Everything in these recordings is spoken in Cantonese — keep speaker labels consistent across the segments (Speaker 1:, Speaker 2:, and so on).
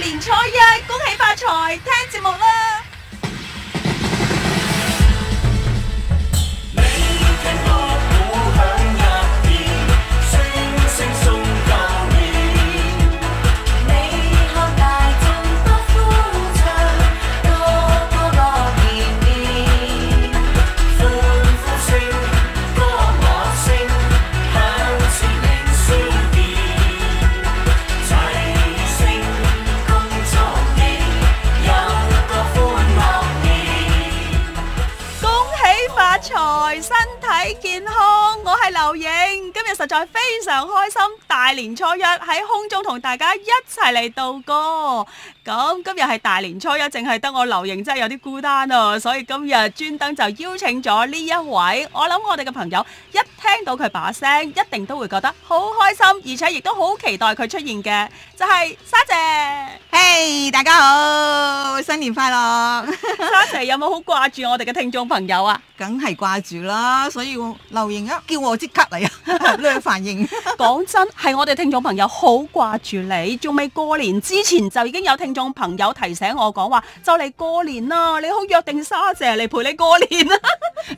Speaker 1: 年初一，恭喜發財，聽節目啦！
Speaker 2: 你看大眾不呼唱，多多樂意面，歡呼聲、歌樂聲響徹凌霄殿，齊聲恭祝你有個歡樂年。
Speaker 1: 恭喜發財，身體健康。我係劉瑩，今日實在非常開心，大年初一喺空中同大家一齊嚟度過。咁今日係大年初一，淨係得我劉瑩真係有啲孤單啊，所以今日專登就邀請咗呢一位，我諗我哋嘅朋友一聽到佢把聲，一定都會覺得好開心，而且亦都好期待佢出現嘅，就係、沙姐。
Speaker 3: 嘿大家好，新年快樂！
Speaker 1: 沙姐有冇好掛住我哋嘅聽眾朋友 啊？
Speaker 3: 梗係掛住啦，所以我留言啊，叫我即刻嚟啊， 兩反應。
Speaker 1: 講真，係我哋聽眾朋友好掛住你，仲未過年之前就已經有聽眾朋友提醒我講話，就嚟過年啦，你好約定沙姐嚟陪你過年啊 啦。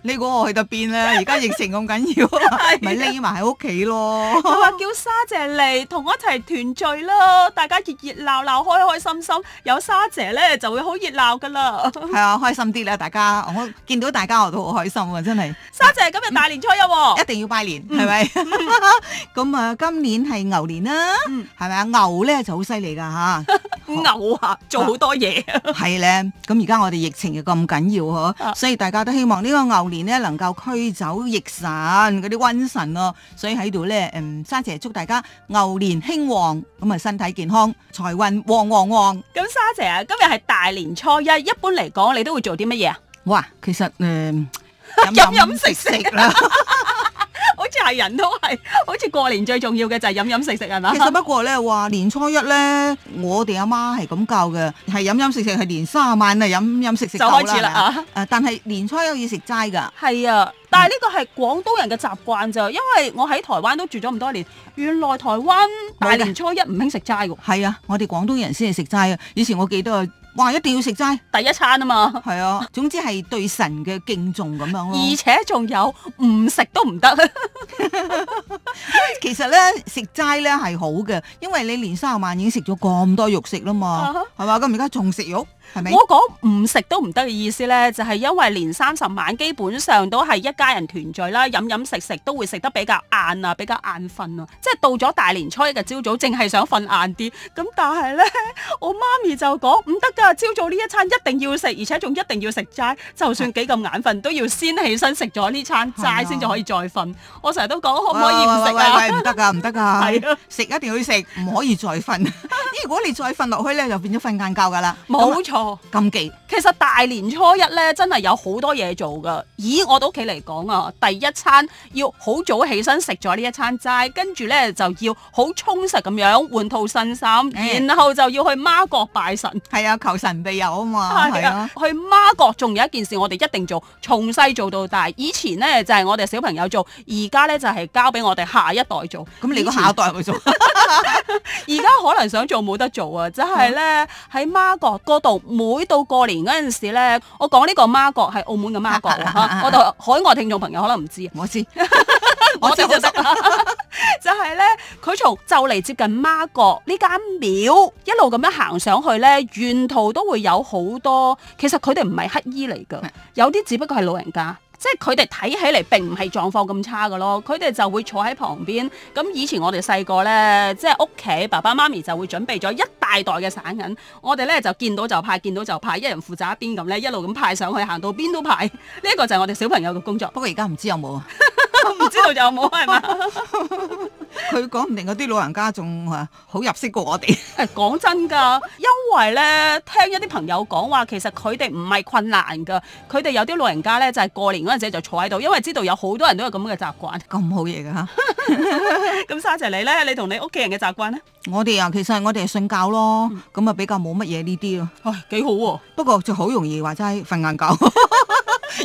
Speaker 3: 你估我去到邊咧？而家疫情咁緊要啊，咪匿埋喺屋企咯。
Speaker 1: 佢話叫沙姐嚟同我一齊團聚啦，大家熱熱鬧鬧、開開心心，有沙姐呢就會好熱鬧噶 啦。
Speaker 3: 係啊，開心啲啦，大家。我見到大家我都好開心啊，真係
Speaker 1: 沙姐今日大年初一
Speaker 3: 一
Speaker 1: 喎，
Speaker 3: 定要拜年，係咪？ 咁啊，今年係牛年啦，
Speaker 1: 嗯
Speaker 3: 係咪啊？牛咧就好犀利㗎嚇。
Speaker 1: 牛啊，做好多嘢。
Speaker 3: 係咧，咁而家我哋疫情又咁緊要嗬，
Speaker 1: 啊
Speaker 3: 所以大家都希望呢個牛年咧能夠驅走疫神嗰啲瘟神咯。所以喺度咧，嗯，沙姐祝大家牛年興旺，咁啊身體健康，財運旺旺旺。
Speaker 1: 咁沙姐啊，今日係大年初一，一般嚟講你都會做啲乜嘢啊？
Speaker 3: 哇，其實誒、 嗯
Speaker 1: 飲飲食食
Speaker 3: 啦，
Speaker 1: 好似係人都係，好似過年最重要嘅就係飲飲食食係嘛？
Speaker 3: 其實不過咧，話年初一咧，我哋阿媽係咁教嘅，係飲飲食食係年卅晚啊飲飲食 食
Speaker 1: 就
Speaker 3: 夠
Speaker 1: 開始啦
Speaker 3: 係咪
Speaker 1: 啊
Speaker 3: 誒但係年初一要食齋㗎。
Speaker 1: 係啊，但係呢個係廣東人嘅習慣咋，因為我喺台灣都住咗咁多年，原來台灣大年初一唔興食齋嘅，
Speaker 3: 係啊，我哋廣東人先係食齋啊！以前我記得啊，哇，一定要食齋，
Speaker 1: 第一餐啊嘛，
Speaker 3: 係啊，總之係對神嘅敬重咁樣
Speaker 1: 而
Speaker 3: 咯。
Speaker 1: 且仲有唔食都唔得，
Speaker 3: 其實咧食齋咧係好嘅，因為你年三十晚已經食咗咁多肉食啦
Speaker 1: 啊
Speaker 3: 嘛
Speaker 1: 哈，
Speaker 3: 係嘛、咁而家仲食肉，係咪？
Speaker 1: 我講唔食都唔得嘅意思呢，就係因為年三十晚基本上都係一家人團聚啦，飲飲食食都會食得比較晏啊，比較晏瞓啊，即係到咗大年初一嘅朝早，淨係想瞓晏啲。咁但係呢， 我媽咪就講唔得㗎，朝早呢一餐一定要食，而且仲一定要食齋，就算幾咁眼瞓都要先起身食咗呢餐
Speaker 3: 係啊
Speaker 1: 齋先至可以再瞓。我成日都講可唔可以唔食
Speaker 3: 喂喂喂
Speaker 1: 啊？
Speaker 3: 喂唔 得㗎，唔得
Speaker 1: 係
Speaker 3: 㗎
Speaker 1: 啊，
Speaker 3: 食一定要食，唔可以再瞓。 如果你再瞓落去咧，就變咗瞓晏覺㗎啦。
Speaker 1: 冇錯。
Speaker 3: 咁啊禁忌。
Speaker 1: 其實大年初一咧，真係有好多嘢做噶。以我哋屋企嚟講啊，第一餐要好早起身食咗呢一餐齋，跟住咧就要好充實咁樣換套新衫，
Speaker 3: 嗯
Speaker 1: 然後就要去媽閣拜神。
Speaker 3: 係啊，求神庇佑啊嘛，係啊。，
Speaker 1: 去媽閣仲有一件事我哋一定做，從細做到大。以前咧就係、我哋小朋友做，而家咧就係、交俾我哋下一代做。
Speaker 3: 咁你個
Speaker 1: 以前
Speaker 3: 下一代去做，
Speaker 1: 而家可能想做冇得做啊！真係咧喺媽閣嗰度，每到過年嗰陣時咧，我講呢個媽閣係澳門嘅媽閣喎嚇我哋海外聽眾朋友可能唔知啊，
Speaker 3: 我知，
Speaker 1: 我知就得啦。 就係咧，佢從就嚟接近媽閣呢間廟一路咁樣行上去咧，沿途都會有好多。其實佢哋唔係乞衣嚟㗎，有啲只不過係老人家。即係佢哋睇起嚟並唔係狀況咁差嘅咯，佢哋就會坐喺旁邊。咁以前我哋細個呢，即係屋企爸爸媽咪就會準備咗一大袋嘅散銀，我哋呢就見到就派，見到就派，一人負責一邊咁呢，一路咁派上去，行到邊都派。呢、一個就係我哋小朋友嘅工 作，
Speaker 3: 不過而家唔知有冇啊。
Speaker 1: 唔知道就有冇係嘛？
Speaker 3: 佢講唔定嗰啲老人家仲啊好入息過我哋，
Speaker 1: 誒講真㗎， 因為咧聽一啲朋友講話，其實佢哋唔係困難㗎，佢哋有啲老人家咧就係、過年嗰陣時就坐喺度，因為知道有好多人都有咁嘅習慣。
Speaker 3: 咁好嘢㗎嚇！
Speaker 1: 咁沙姐你咧，你同你屋企人嘅習慣咧，
Speaker 3: 我哋啊，其實我哋係信教咯，咁啊比較冇乜嘢呢啲咯。
Speaker 1: 唉幾好喎、
Speaker 3: 不過就好容易話齋瞓 晏覺。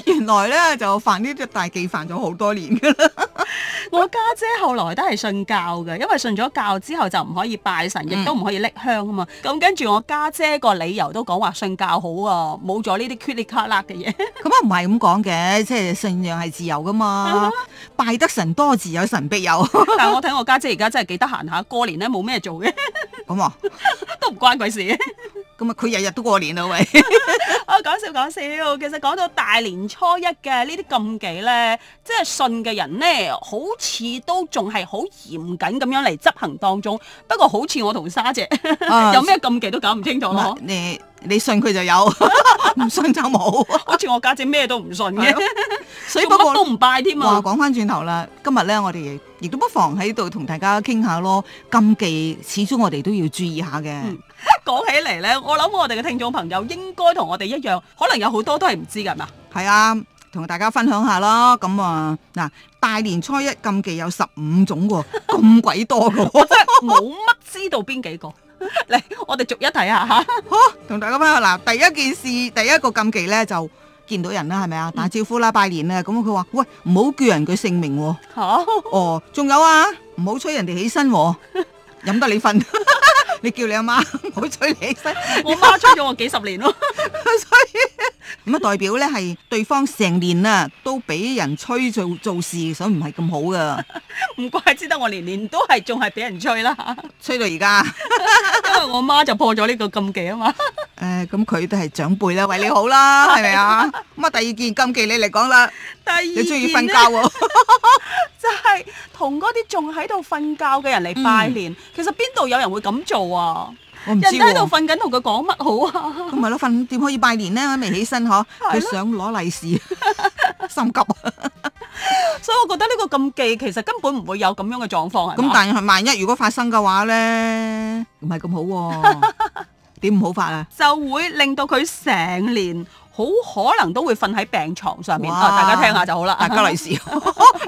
Speaker 3: 原來咧就犯呢啲大忌，犯咗好多年㗎啦。
Speaker 1: 我家姐後來都係信教嘅，因為信咗教之後就唔可以拜神，亦都唔可以拎香啊嘛。咁跟住我家姐個理由都講話信教好啊，冇咗呢啲 c 哩卡啦嘅嘢。
Speaker 3: 咁啊唔係咁講嘅，即係信仰係自由噶嘛，拜得神多自有神必有，
Speaker 1: 但我睇我家姐而家真係幾得閒下，過年咧冇咩做嘅，
Speaker 3: 咁啊，
Speaker 1: 都唔關佢事。
Speaker 3: 咁啊佢日日都過年啦喂，
Speaker 1: 啊，講笑講笑，其實講到大年初一嘅呢啲禁忌呢，即係信嘅人呢，好似都仲係好嚴謹咁樣嚟執行當中。不過好似我同沙姐
Speaker 3: 啊
Speaker 1: 有咩禁忌都搞唔清楚
Speaker 3: 唔係
Speaker 1: 咯，
Speaker 3: 你你信佢就有， 唔信就冇。
Speaker 1: 好似我家姐咩都唔信嘅
Speaker 3: 係， 咯所以
Speaker 1: 做
Speaker 3: 不
Speaker 1: 乜都
Speaker 3: 過
Speaker 1: 唔拜添
Speaker 3: 話
Speaker 1: 啊！
Speaker 3: 講翻轉頭啦，今日咧我哋亦都不妨喺度同大家傾下咯，禁忌始終我哋都要注意下嘅。
Speaker 1: 嗯講起嚟呢，我諗我哋嘅聽眾朋友應該同我哋一樣，可能有好多都係唔知㗎係嘛。
Speaker 3: 係啊，同大家分享下啦。咁啊，嗱，大年初一禁忌有十五種喎，咁鬼多嘅喎，
Speaker 1: 真係冇乜知道邊幾個。 嚟，我哋逐一睇下嚇。
Speaker 3: 嚇同大家分享嗱，第一件事，第一個禁忌咧就見到人啦，係咪啊？打招呼啦，拜年啦，咁佢話：喂，唔好叫人佢姓名喎。
Speaker 1: 嚇
Speaker 3: 哦，仲有啊，唔好催人哋起身喎，飲得你瞓。 你叫你阿媽唔好催你起身，
Speaker 1: 我媽催咗我幾十年咯。
Speaker 3: 咁啊代表咧係對方成年啊都俾人催做做事，所以唔係咁好 噶，
Speaker 1: 唔怪之得我年年都係仲係俾人 催啦，
Speaker 3: 催到 而家。
Speaker 1: 因為我媽就破咗呢個禁忌啊嘛。
Speaker 3: 誒咁佢都係長輩啦，為你好啦， 係咪啊？咁啊第二件禁忌你嚟講啦，
Speaker 1: 第二
Speaker 3: 你中意
Speaker 1: 件
Speaker 3: 瞓
Speaker 1: 呢
Speaker 3: 覺喎，
Speaker 1: 就係同嗰啲仲喺度瞓覺嘅人嚟拜年，其實邊度有人會咁做啊？
Speaker 3: 我唔
Speaker 1: 人
Speaker 3: 知
Speaker 1: 哋喺度
Speaker 3: 喎。
Speaker 1: 瞓緊，同佢講 乜好啊？
Speaker 3: 咁咪咯，瞓點可以拜年呢？未起身嗬，
Speaker 1: 係
Speaker 3: 佢
Speaker 1: 咯
Speaker 3: 想 攞利是，心急。
Speaker 1: 所以我覺得呢個禁忌其實根本唔會有咁樣嘅狀況係
Speaker 3: 咁
Speaker 1: 嘛
Speaker 3: 但係萬一如果發生嘅話咧，唔係咁好喎、 點唔好法啊？
Speaker 1: 就會令到佢成年好可能都會瞓喺病床上面。
Speaker 3: 哇
Speaker 1: 啊大家聽下就好啦。
Speaker 3: 大 家利是，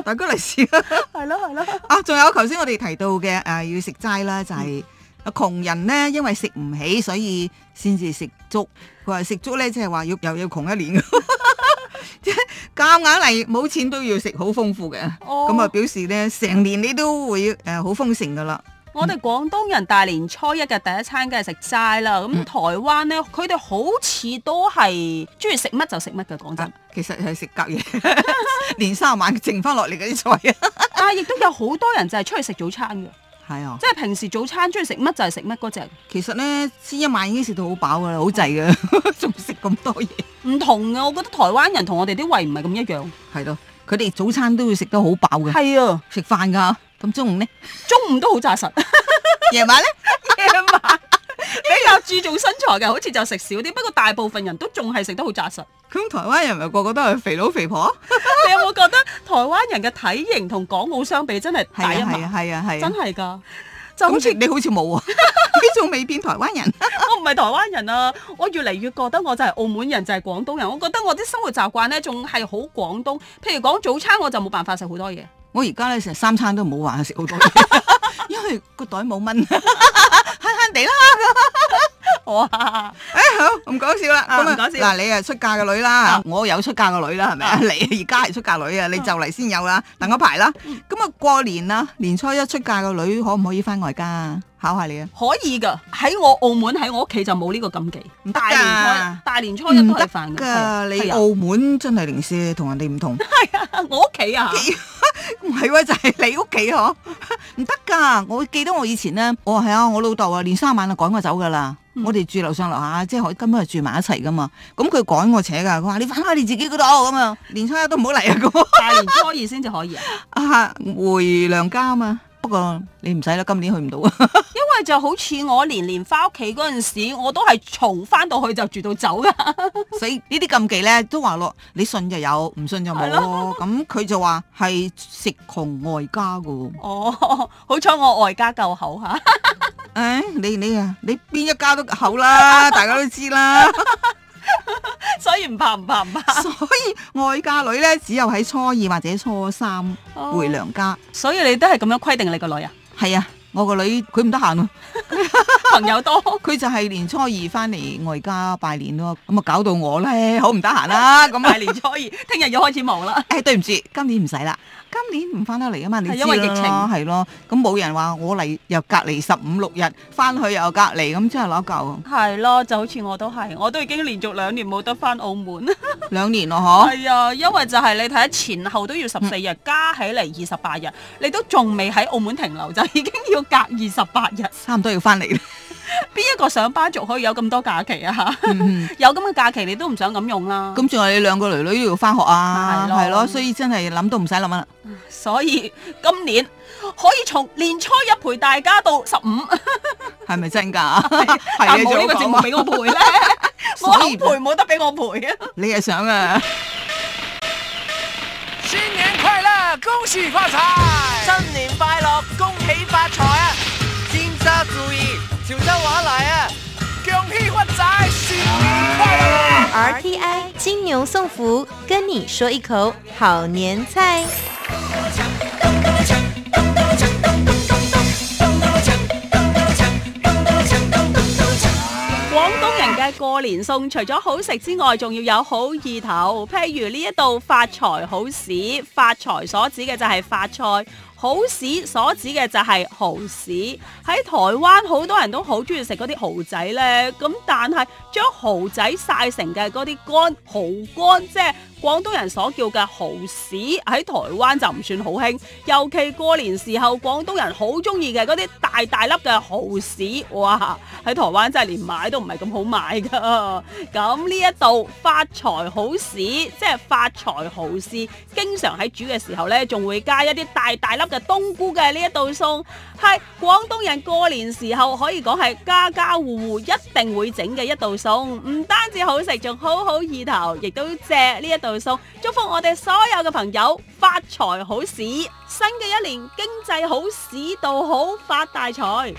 Speaker 3: 大家利是
Speaker 1: 係咯係咯，
Speaker 3: 啊！仲有頭先我哋提到嘅誒、啊要食齋啦，就係、啊窮人咧，因為食唔起，所以先至食粥。佢話食粥咧，即係話要又要窮一年 嘅，即係夾硬嚟冇錢都要食好豐富嘅。
Speaker 1: 哦
Speaker 3: 咁啊、表示咧，成年你都會誒好豐盛噶啦。
Speaker 1: 我哋廣東人大年初一嘅第一餐梗係食齋啦，
Speaker 3: 嗯
Speaker 1: 咁台灣呢，佢哋好似都係中意食乜就食乜嘅，講真
Speaker 3: 啊。其實係食隔夜， 年三十晚剩翻落嚟嗰啲菜啊。
Speaker 1: 啊，亦都有好多人就係出去食早餐嘅，
Speaker 3: 係啊，
Speaker 1: 即係平時早餐中意食乜就係食乜嗰只，
Speaker 3: 其實咧，先一晚已經食到好飽噶啦，好滯噶， 仲食咁多嘢。
Speaker 1: 唔同嘅。我覺得台灣人同我哋啲胃唔係咁一樣。
Speaker 3: 係咯，佢哋早餐都會食得好飽嘅，
Speaker 1: 係啊，
Speaker 3: 食飯㗎。咁中 午咧，
Speaker 1: 中午都好扎實，
Speaker 3: 夜晚咧，
Speaker 1: 夜晚比較注重身材嘅，好似就食少啲。不過大部分人都仲係食得好扎實。
Speaker 3: 咁台灣人咪個個都係肥佬肥婆，
Speaker 1: 你有冇覺得台灣人嘅體型同港澳相比真係
Speaker 3: 係啊
Speaker 1: 大一
Speaker 3: 係啊
Speaker 1: 碼？
Speaker 3: 係啊係
Speaker 1: 真
Speaker 3: 啊。
Speaker 1: 係㗎，就好
Speaker 3: 咁
Speaker 1: 似
Speaker 3: 你你好似 冇喎，你仲未變台灣人。
Speaker 1: 我唔係台灣人啊，我越嚟越覺得我就係澳門人，就係、廣東人。我覺得我啲生活習慣呢，仲係好廣東。譬如講早餐，我就冇辦法食好多嘢。
Speaker 3: 我而家咧成日三餐都冇話食好多嘢， 因為個袋冇蚊，慳慳地啦。
Speaker 1: 哇！
Speaker 3: 好，唔講笑啦。
Speaker 1: 啊
Speaker 3: 咁啊
Speaker 1: 唔講笑
Speaker 3: 嗱，你啊出嫁嘅女啦，我有出嫁嘅女啦，係咪啊？你而家係出嫁女啊，你就嚟先有啦，等一排啦。咁啊過年啦，年初一出嫁嘅女可唔可以翻外家？考下你啊！
Speaker 1: 可以㗎，喺我澳門喺我屋企就冇呢個禁忌。
Speaker 3: 唔得
Speaker 1: 大
Speaker 3: 㗎
Speaker 1: 年初一大年初一都係飯㗎
Speaker 3: 唔得
Speaker 1: 係啊
Speaker 3: 㗎，你
Speaker 1: 係啊
Speaker 3: 澳門真係零舍同人哋 唔同，
Speaker 1: 我屋企啊，
Speaker 3: 唔係喎，就係、你屋企嗬， 唔得㗎。我記得我以前咧，我話係啊，我老豆啊，年三晚就趕我走㗎啦。
Speaker 1: 嗯
Speaker 3: 我哋住樓上樓下，即係可以根本係住埋一齊㗎嘛。咁佢趕我扯㗎，佢話你翻返你自己嗰度咁啊，年初一都唔好嚟啊咁。
Speaker 1: 大年初二先至可以啊。
Speaker 3: 啊，回娘家啊嘛。不過你唔使啦，今年去唔到 啊。
Speaker 1: 因為就好似我年年翻屋企嗰陣時，我都係從翻到去就住到走㗎。
Speaker 3: 所以呢啲禁忌咧都話咯，你信就有，唔信就冇咯。咁佢就話係食窮外家㗎喎。
Speaker 1: 哦，好彩我外家夠口嚇。
Speaker 3: 誒、你你啊，你邊一家都 口啦，大家都知啦。
Speaker 1: 所以唔怕唔怕唔怕，
Speaker 3: 所以外嫁女咧，只有喺初二或者初三
Speaker 1: 哦
Speaker 3: 回娘家。
Speaker 1: 所以你都係咁樣規定你個女啊，
Speaker 3: 係啊，我個女佢唔得閒喎，
Speaker 1: 朋友多。
Speaker 3: 佢就係年初二翻嚟外家拜年咯。咁啊，搞 到我咧好唔得閒啦。咁
Speaker 1: 大
Speaker 3: 啊，
Speaker 1: 年初二，聽日要開始忙啦。
Speaker 3: 誒、對唔住，今年唔使啦。今年唔翻得嚟啊嘛，你
Speaker 1: 係
Speaker 3: 知
Speaker 1: 因為疫情
Speaker 3: 啦，係咯，咁冇人話我嚟又隔離十五六日，翻去又隔離，咁真係攞嚿
Speaker 1: 係咯，就好似我都係，我都已經連續兩年冇得翻澳門。
Speaker 3: 兩年咯，嗬。
Speaker 1: 係啊，因為就係你睇下前後都要十四日，加起嚟二十八日，你都仲未喺澳門停留，就 已經要隔二十八日。
Speaker 3: 差唔多要翻 嚟啦，
Speaker 1: 邊一個上班族可以有咁多假期啊？
Speaker 3: 嗯
Speaker 1: 有咁嘅假期你都唔想咁用啦。
Speaker 3: 咁仲有你兩個女女都要翻學啊，
Speaker 1: 係咯
Speaker 3: 係咯，所以真係諗都唔使諗啊啦。
Speaker 1: 所以今年可以從年初一陪大家到十五，
Speaker 3: 係咪真㗎？係
Speaker 1: 但
Speaker 3: 你
Speaker 1: 冇呢個
Speaker 3: 早
Speaker 1: 節
Speaker 3: 講
Speaker 1: 目
Speaker 3: 啊
Speaker 1: 俾我陪 咧，我
Speaker 3: 所
Speaker 1: 肯
Speaker 3: 以
Speaker 1: 陪冇得俾我陪啊！
Speaker 3: 你係想 啊？
Speaker 4: 新年快乐，恭喜发财！
Speaker 5: 新年快樂，恭喜發財啊！尖沙咀潮州話嚟啊！
Speaker 4: 恭喜发财，新年快乐！
Speaker 6: RTI 金牛送福，跟你说一口好年菜。
Speaker 1: 廣東人嘅過年餸除咗好食之外，仲要有好意頭。譬如呢一度發財好市，發財所指嘅就係發菜，好市所指嘅就係蠔市。喺台灣好多人都好中意食嗰啲蠔仔呢，咁但係將蠔仔曬成嘅嗰啲乾蠔乾，即係廣東人所叫嘅蠔市，喺台灣就唔算好興。尤其過年時候，廣東人好中意嘅嗰啲大大粒嘅蠔豉，哇！喺台灣真係連買都唔係咁好買噶。咁呢一度發財好市，即係發財蠔豉，經常喺煮嘅時候呢，仲會加一啲大大粒嘅冬菇嘅呢一道餸，係廣東人過年時候可以講係家家戶戶一定會整嘅一道餸，唔單止好食，仲好好意頭，亦都借呢一道餸祝福我哋所有嘅朋友發財好市，新嘅一年經濟好，市道好，發大財。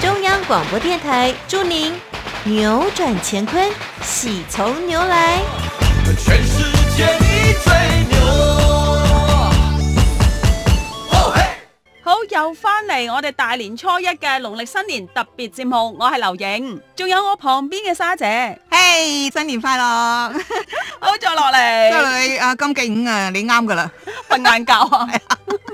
Speaker 6: 中央广播电台祝您扭转乾坤，喜从牛来。
Speaker 2: 全世界你最牛。哦嘿
Speaker 1: 好，又翻嚟我哋大年初一嘅農曆新年特別節目，我係劉瑩，仲有我旁邊嘅沙姐，
Speaker 3: 嘿新年 快樂！
Speaker 1: 好再落
Speaker 3: 即
Speaker 1: 嚟
Speaker 3: 係你啊金敬五啊，你啱㗎啦
Speaker 1: 瞓晏覺啊，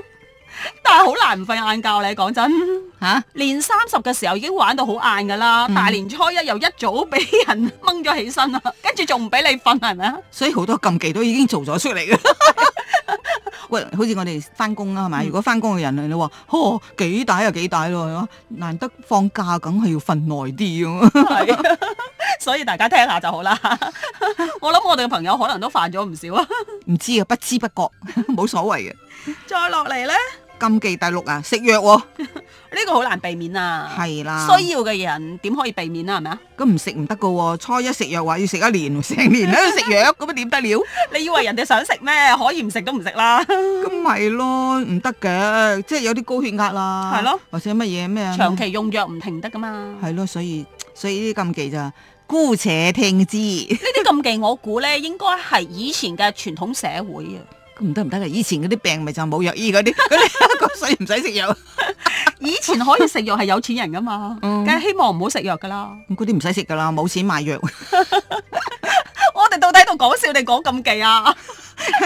Speaker 1: 但係好難唔瞓晏覺你講真。
Speaker 3: 吓，
Speaker 1: 年三十嘅時候已經玩到好晏㗎啦，大年初一又一早俾人掹咗起身啦，啊跟住仲唔俾你瞓係咪啊？
Speaker 3: 所以好多禁忌都已經做咗出嚟嘅。 喂，好似我哋翻工啊啦，係
Speaker 1: 嗯
Speaker 3: 咪？如果翻工嘅人你話，哦幾大啊幾大咯，係嘛難得放假，梗係要瞓耐啲 咁。
Speaker 1: 係啊，所以大家聽下就好啦。 我諗我哋嘅朋友可能都犯咗唔少啊。
Speaker 3: 唔知啊，不知不覺 冇所謂嘅。
Speaker 1: 再落嚟呢，呢、
Speaker 3: 禁忌第六啊，食藥喎，
Speaker 1: 個好難避免啊。
Speaker 3: 係啦，
Speaker 1: 需要嘅人點可以避免啊？係咪啊？
Speaker 3: 咁唔食唔得噶喎，初一食藥話要食一年，成年 喺度食藥，咁啊點得了？
Speaker 1: 你以為人哋想食 咩？可以唔食都唔食啦。
Speaker 3: 咁咪咯，唔得嘅，即係有啲高血壓啦，
Speaker 1: 係咯，
Speaker 3: 或者乜嘢咩啊，
Speaker 1: 長期用藥唔停得㗎嘛。
Speaker 3: 係咯，所以所以呢啲禁忌就姑且聽之，咁
Speaker 1: 呢啲禁忌我估呢應該係以前嘅傳統社會啊。
Speaker 3: 唔得唔得嘅，以前嗰啲病咪就冇藥醫嗰啲，嗰啲咁所以唔使食藥，
Speaker 1: 以前可以食藥係有錢人㗎嘛，
Speaker 3: 嗯
Speaker 1: 梗係希望唔好食藥㗎啦。
Speaker 3: 咁嗰啲唔使食噶啦，冇錢買藥，
Speaker 1: 我哋到底喺度講笑定講禁忌 啊？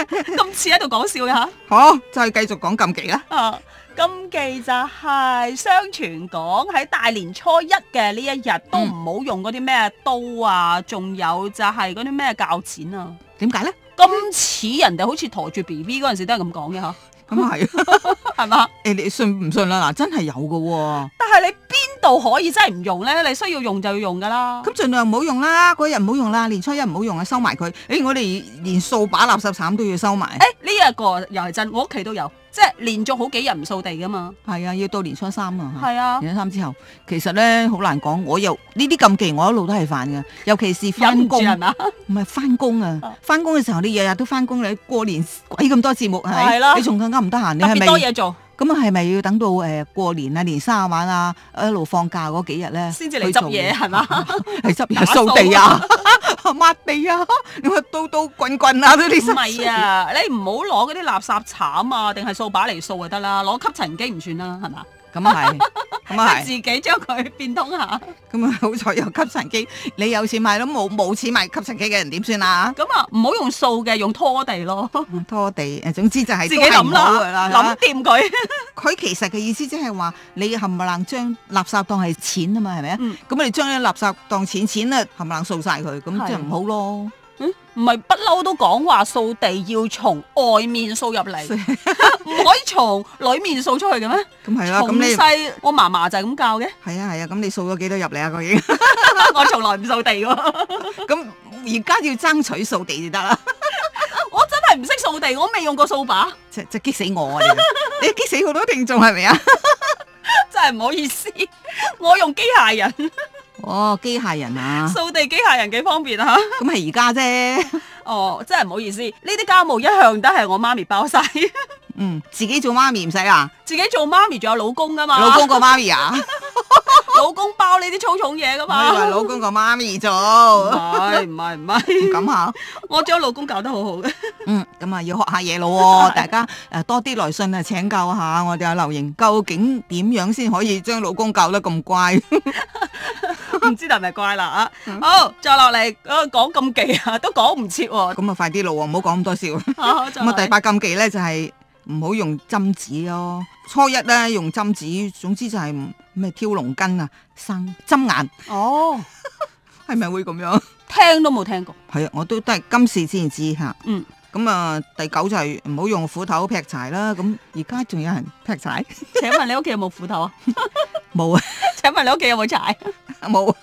Speaker 1: 今次喺度講笑呀
Speaker 3: 好，再繼續講禁 忌啦，
Speaker 1: 啊！禁忌就係相傳講喺大年初一嘅呢一日都唔好用嗰啲咩刀啊，仲有就係嗰啲咩鉸剪啊。
Speaker 3: 點解咧？
Speaker 1: 咁似人哋好似抬住 B B 嗰陣時都係咁講嘅嚇，
Speaker 3: 咁啊係，
Speaker 1: 係嘛？
Speaker 3: 誒你信唔信啦？嗱，真係有噶喎。
Speaker 1: 但係你邊度可以真係唔用呢？你需要用就要用㗎啦。
Speaker 3: 咁盡量唔好用啦，嗰日唔好用啦，年初一唔好用啊，收埋佢。誒、我哋連掃把、垃圾鏟都要收
Speaker 1: 誒
Speaker 3: 埋。
Speaker 1: 呢一個又係真，我屋企都有，即係連續好幾日唔掃地㗎嘛。
Speaker 3: 係啊，要到年初三啊。嚇
Speaker 1: 係啊，
Speaker 3: 年初三之後，其實咧好難講。我又呢啲禁忌，我一路都係犯嘅，尤其是
Speaker 1: 忍
Speaker 3: 翻
Speaker 1: 唔住
Speaker 3: 工，
Speaker 1: 係啊嘛？
Speaker 3: 唔係翻工
Speaker 1: 啊
Speaker 3: 啊！翻工嘅時候，你日日都翻工，你過年鬼咁多節目係咪
Speaker 1: 係啦
Speaker 3: 你仲更加唔得閒，你
Speaker 1: 特
Speaker 3: 係
Speaker 1: 別多
Speaker 3: 咪？
Speaker 1: 嘢做。
Speaker 3: 咁啊，係咪要等到誒、呃、過年啊、年卅晚啊、一路放假嗰幾日咧，
Speaker 1: 先至嚟執嘢係嘛？
Speaker 3: 係執嘢掃地啊、 抹地啊，你話刀刀棍棍啊都呢
Speaker 1: 唔係啊，你唔好攞嗰啲垃圾鏟啊，定係掃把嚟掃就得啦，攞吸塵機唔算啦，係嘛？
Speaker 3: 咁啊係，咁 啊
Speaker 1: 自
Speaker 3: 係，
Speaker 1: 己將佢變通下。
Speaker 3: 咁啊好彩有吸塵機，你有錢買都冇冇錢買吸塵機嘅人點算啊？
Speaker 1: 咁啊，唔好用掃嘅，用拖地咯，
Speaker 3: 拖地誒，總之就係
Speaker 1: 自己諗啦，諗
Speaker 3: 諗
Speaker 1: 掂佢。
Speaker 3: 佢其實嘅意思即係話，你冚唪唥將垃圾當係錢啊嘛，係咪啊？
Speaker 1: 嗯
Speaker 3: 咁你將啲垃圾當錢錢啊，冚唪唥掃晒佢，咁即係
Speaker 1: 係
Speaker 3: 唔好咯。
Speaker 1: 唔係不嬲都講話掃地要從外面掃入嚟， 唔可以從裡面掃出去嘅咩？
Speaker 3: 咁係啦，啊咁
Speaker 1: 從
Speaker 3: 你
Speaker 1: 細我嫲嫲就係咁教嘅，
Speaker 3: 係啊係啊，咁你掃咗幾多入嚟啊？個已經
Speaker 1: 我從來唔掃地喎。
Speaker 3: 咁而家要爭取掃地就得啦，
Speaker 1: 我真係唔識掃地，我未用過掃把，
Speaker 3: 即即激死我啊！ 你你激死好多聽眾係咪啊？
Speaker 1: 真係唔好意思。我用機械人
Speaker 3: 哦，機械人 啊，
Speaker 1: 掃地，機械人幾方便啊！
Speaker 3: 咁係而家啫，
Speaker 1: 哦，真係唔好意思，呢啲家務一向都係我媽咪包晒，
Speaker 3: 嗯，自己做媽咪唔使啦，
Speaker 1: 自己做媽咪仲有老公噶嘛，
Speaker 3: 老公個媽咪 啊，
Speaker 1: 老公包呢啲粗重嘢噶
Speaker 3: 我以
Speaker 1: 嘛。
Speaker 3: 為老公個媽咪 做，
Speaker 1: 唔係唔係唔係，
Speaker 3: 咁啊。
Speaker 1: 我將老公搞得好好嘅。
Speaker 3: 嗯，咁啊要學下嘢咯 喎，大家誒多啲來信啊請教下我哋阿劉瑩，究竟點樣先可以將老公教得咁 乖？
Speaker 1: 唔知係咪乖啦啊！
Speaker 3: 嗯
Speaker 1: 好，再落嚟啊，講禁忌啊， 都講唔切喎。
Speaker 3: 咁啊快啲咯喎，唔好講咁多笑。
Speaker 1: 啊再
Speaker 3: 咁
Speaker 1: 落
Speaker 3: 啊第
Speaker 1: 嚟
Speaker 3: 八禁忌咧就係唔好用針紙咯，初一咧用針紙，總之就係唔咩挑龍筋啊、生針眼，
Speaker 1: 哦，
Speaker 3: 係咪會咁樣？
Speaker 1: 聽都冇聽過。
Speaker 3: 係啊，我都都係今時先知嚇。
Speaker 1: 嗯。
Speaker 3: 咁啊，第九就係唔好用斧頭劈柴啦。咁而家仲有人劈柴？
Speaker 1: 請問你屋企有冇斧頭啊？
Speaker 3: 冇啊，
Speaker 1: 請問你屋企有冇柴？
Speaker 3: 冇。啊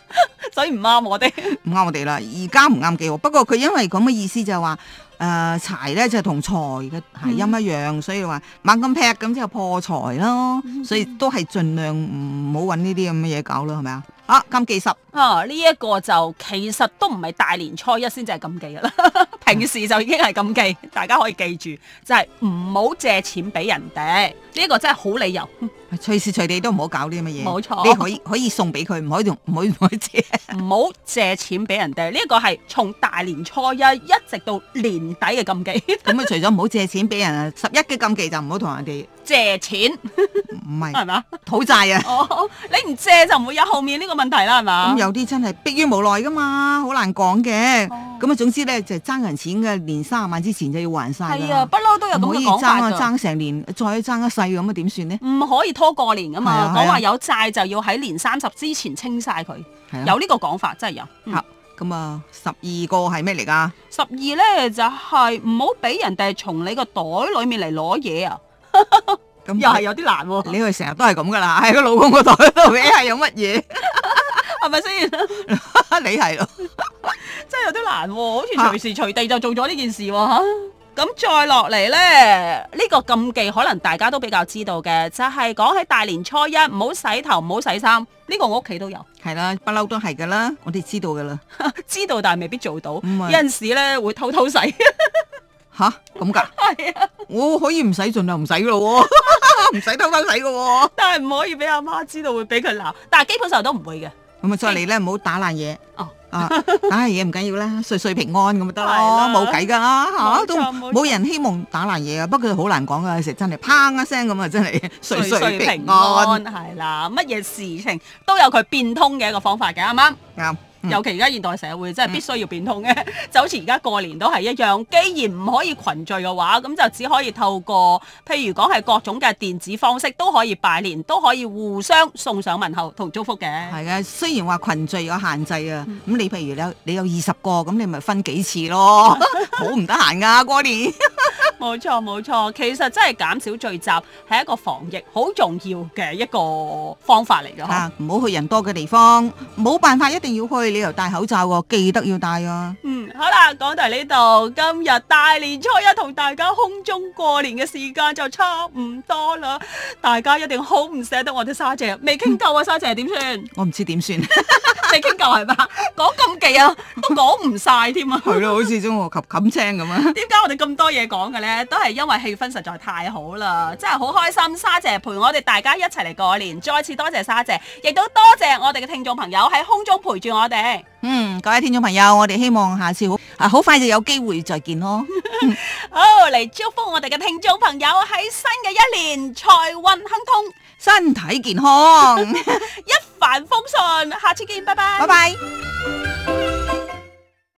Speaker 1: 所以唔啱我哋。
Speaker 3: 唔啱我哋啦，而家唔啱幾好。不過佢因為咁嘅意思就係話，誒、柴咧就同財嘅諧音一樣，所以話猛咁劈咁之後破財咯，所以都係盡量唔好揾呢啲咁嘅嘢搞啦，係咪啊？啊，禁忌十，
Speaker 1: 啊，呢、一個就其實都唔係大年初一先至係禁忌噶啦， 平時就已經係禁忌，大家可以記住，就係唔好借錢俾人哋，呢、一個真係好理由，
Speaker 3: 嗯隨時隨地都唔好搞呢啲咁嘅嘢。
Speaker 1: 冇錯
Speaker 3: 你可以可以送俾佢，唔可以同唔可以唔可以借。
Speaker 1: 唔好借錢俾人哋，呢、一個係從大年初一一直到年底嘅禁忌，
Speaker 3: 咁啊，除咗唔好借錢俾人啊，十 一嘅禁忌就唔好同人哋
Speaker 1: 借錢
Speaker 3: 唔係
Speaker 1: 係嘛？
Speaker 3: 討債啊。
Speaker 1: 哦，你唔借就唔會有後面呢個問題啦，係嘛？
Speaker 3: 咁有啲真係迫於無奈噶嘛，好難講嘅。
Speaker 1: 哦
Speaker 3: 咁啊，總之咧就係爭人錢嘅，年三十萬之前就要還晒㗎
Speaker 1: 係
Speaker 3: 啦
Speaker 1: 啊，不嬲都有
Speaker 3: 唔
Speaker 1: 咁
Speaker 3: 可
Speaker 1: 嘅
Speaker 3: 以
Speaker 1: 講
Speaker 3: 爭
Speaker 1: 法
Speaker 3: 啊，
Speaker 1: 㗎
Speaker 3: 爭成年，再爭一世咁啊，點算呢？
Speaker 1: 唔可以拖過年噶
Speaker 3: 係
Speaker 1: 嘛，
Speaker 3: 啊係
Speaker 1: 講
Speaker 3: 啊
Speaker 1: 話有債就要喺年三十之前清晒佢，
Speaker 3: 係啊
Speaker 1: 有呢個講法真係有。嗯
Speaker 3: 嚇咁啊，十二個係咩嚟㗎？
Speaker 1: 十二咧就係唔好俾人哋從你個袋裏面嚟攞嘢啊，
Speaker 3: 咁
Speaker 1: 又係有啲難喎、
Speaker 3: 你佢成日都係咁㗎啦， 喺個老公個袋度你係有乜嘢？
Speaker 1: 係咪先？
Speaker 3: 你係咯，
Speaker 1: 真係有啲難喎、好似隨時隨地就做咗呢件事喎、嚇咁再落嚟咧，呢、個禁忌可能大家都比較知道嘅，就係講喺大年初一唔好洗頭，唔好洗衫。呢、個我屋企都有，
Speaker 3: 係啦，不嬲都係㗎啦，我哋知道㗎啦。
Speaker 1: 知道但係未必做到。
Speaker 3: 咁啊
Speaker 1: 有陣時咧會偷偷洗， 啊
Speaker 3: 吓？咁㗎？我可以唔使，盡量唔使㗎咯喎， 唔使偷偷洗㗎喎。
Speaker 1: 但係唔可以俾阿媽知道，會俾佢鬧。但係基本上都唔會嘅。
Speaker 3: 咁啊，再嚟咧，唔好打爛嘢。
Speaker 1: 哦，
Speaker 3: 啊，打爛嘢唔緊要啦，歲歲平安咁咪得啦，
Speaker 1: 係啦
Speaker 3: 冇計㗎啦
Speaker 1: 冇錯
Speaker 3: 嚇，都
Speaker 1: 冇錯
Speaker 3: 冇人希望打爛嘢啊。不過好難講㗎，有時真係砰一聲咁啊，真係歲歲平安
Speaker 1: 係啦，乜嘢事情都有佢變通嘅一個方法嘅，啱唔啱？
Speaker 3: 啱。嗯
Speaker 1: 尤其而家現代社會真係必須要變通嘅， 就好似而家過年都係一樣。既然唔可以群聚嘅話，咁就只可以透過譬如講係各種嘅電子方式都可以拜年，都可以互相送上問候同祝福嘅。
Speaker 3: 係嘅，雖然話群聚有限制啊，
Speaker 1: 嗯
Speaker 3: 咁你譬如你有你有二十個，咁你咪分幾次 咯，好唔得閒噶過年。
Speaker 1: 冇錯冇錯，其實真係減少聚集係一個防疫好重要嘅一個方法嚟嘅。嗬
Speaker 3: 啊，唔好去人多嘅地方，冇辦法一定要去，你又戴口罩喎，記得要戴啊。
Speaker 1: 嗯，好啦，講到呢度，今日大年初一同大家空中過年嘅時間就差唔多啦，大家一定好唔捨得我哋沙姐，未傾夠啊，沙姐點算？
Speaker 3: 我唔知點算，
Speaker 1: 未傾夠係嘛？講禁忌啊，都講唔晒添啊！
Speaker 3: 係咯，好似中我及冚青咁啊。
Speaker 1: 點解我哋咁多嘢講嘅呢？都係因為氣氛實在太好啦，真係好開心。沙姐陪我哋大家一齊嚟過年，再次多謝沙姐，亦都多謝我哋嘅聽眾朋友喺空中陪住我哋。
Speaker 3: 嗯，各位聽眾朋友，我哋希望下次好啊，好快就有機會再見咯。
Speaker 1: 好嚟祝福我哋嘅聽眾朋友喺新嘅一年財運亨通。
Speaker 3: 身體健康，
Speaker 1: 一帆風順，下次見，拜拜。
Speaker 3: 拜拜。